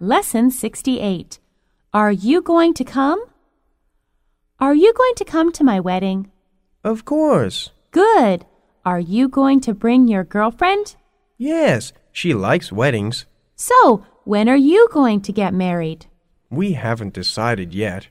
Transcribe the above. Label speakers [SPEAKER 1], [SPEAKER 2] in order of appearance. [SPEAKER 1] Lesson 68. Are you going to come? Are you going to come to my wedding?
[SPEAKER 2] Of course.
[SPEAKER 1] Good. Are you going to bring your girlfriend?
[SPEAKER 2] Yes, she likes weddings.
[SPEAKER 1] So, when are you going to get married?
[SPEAKER 2] We haven't decided yet.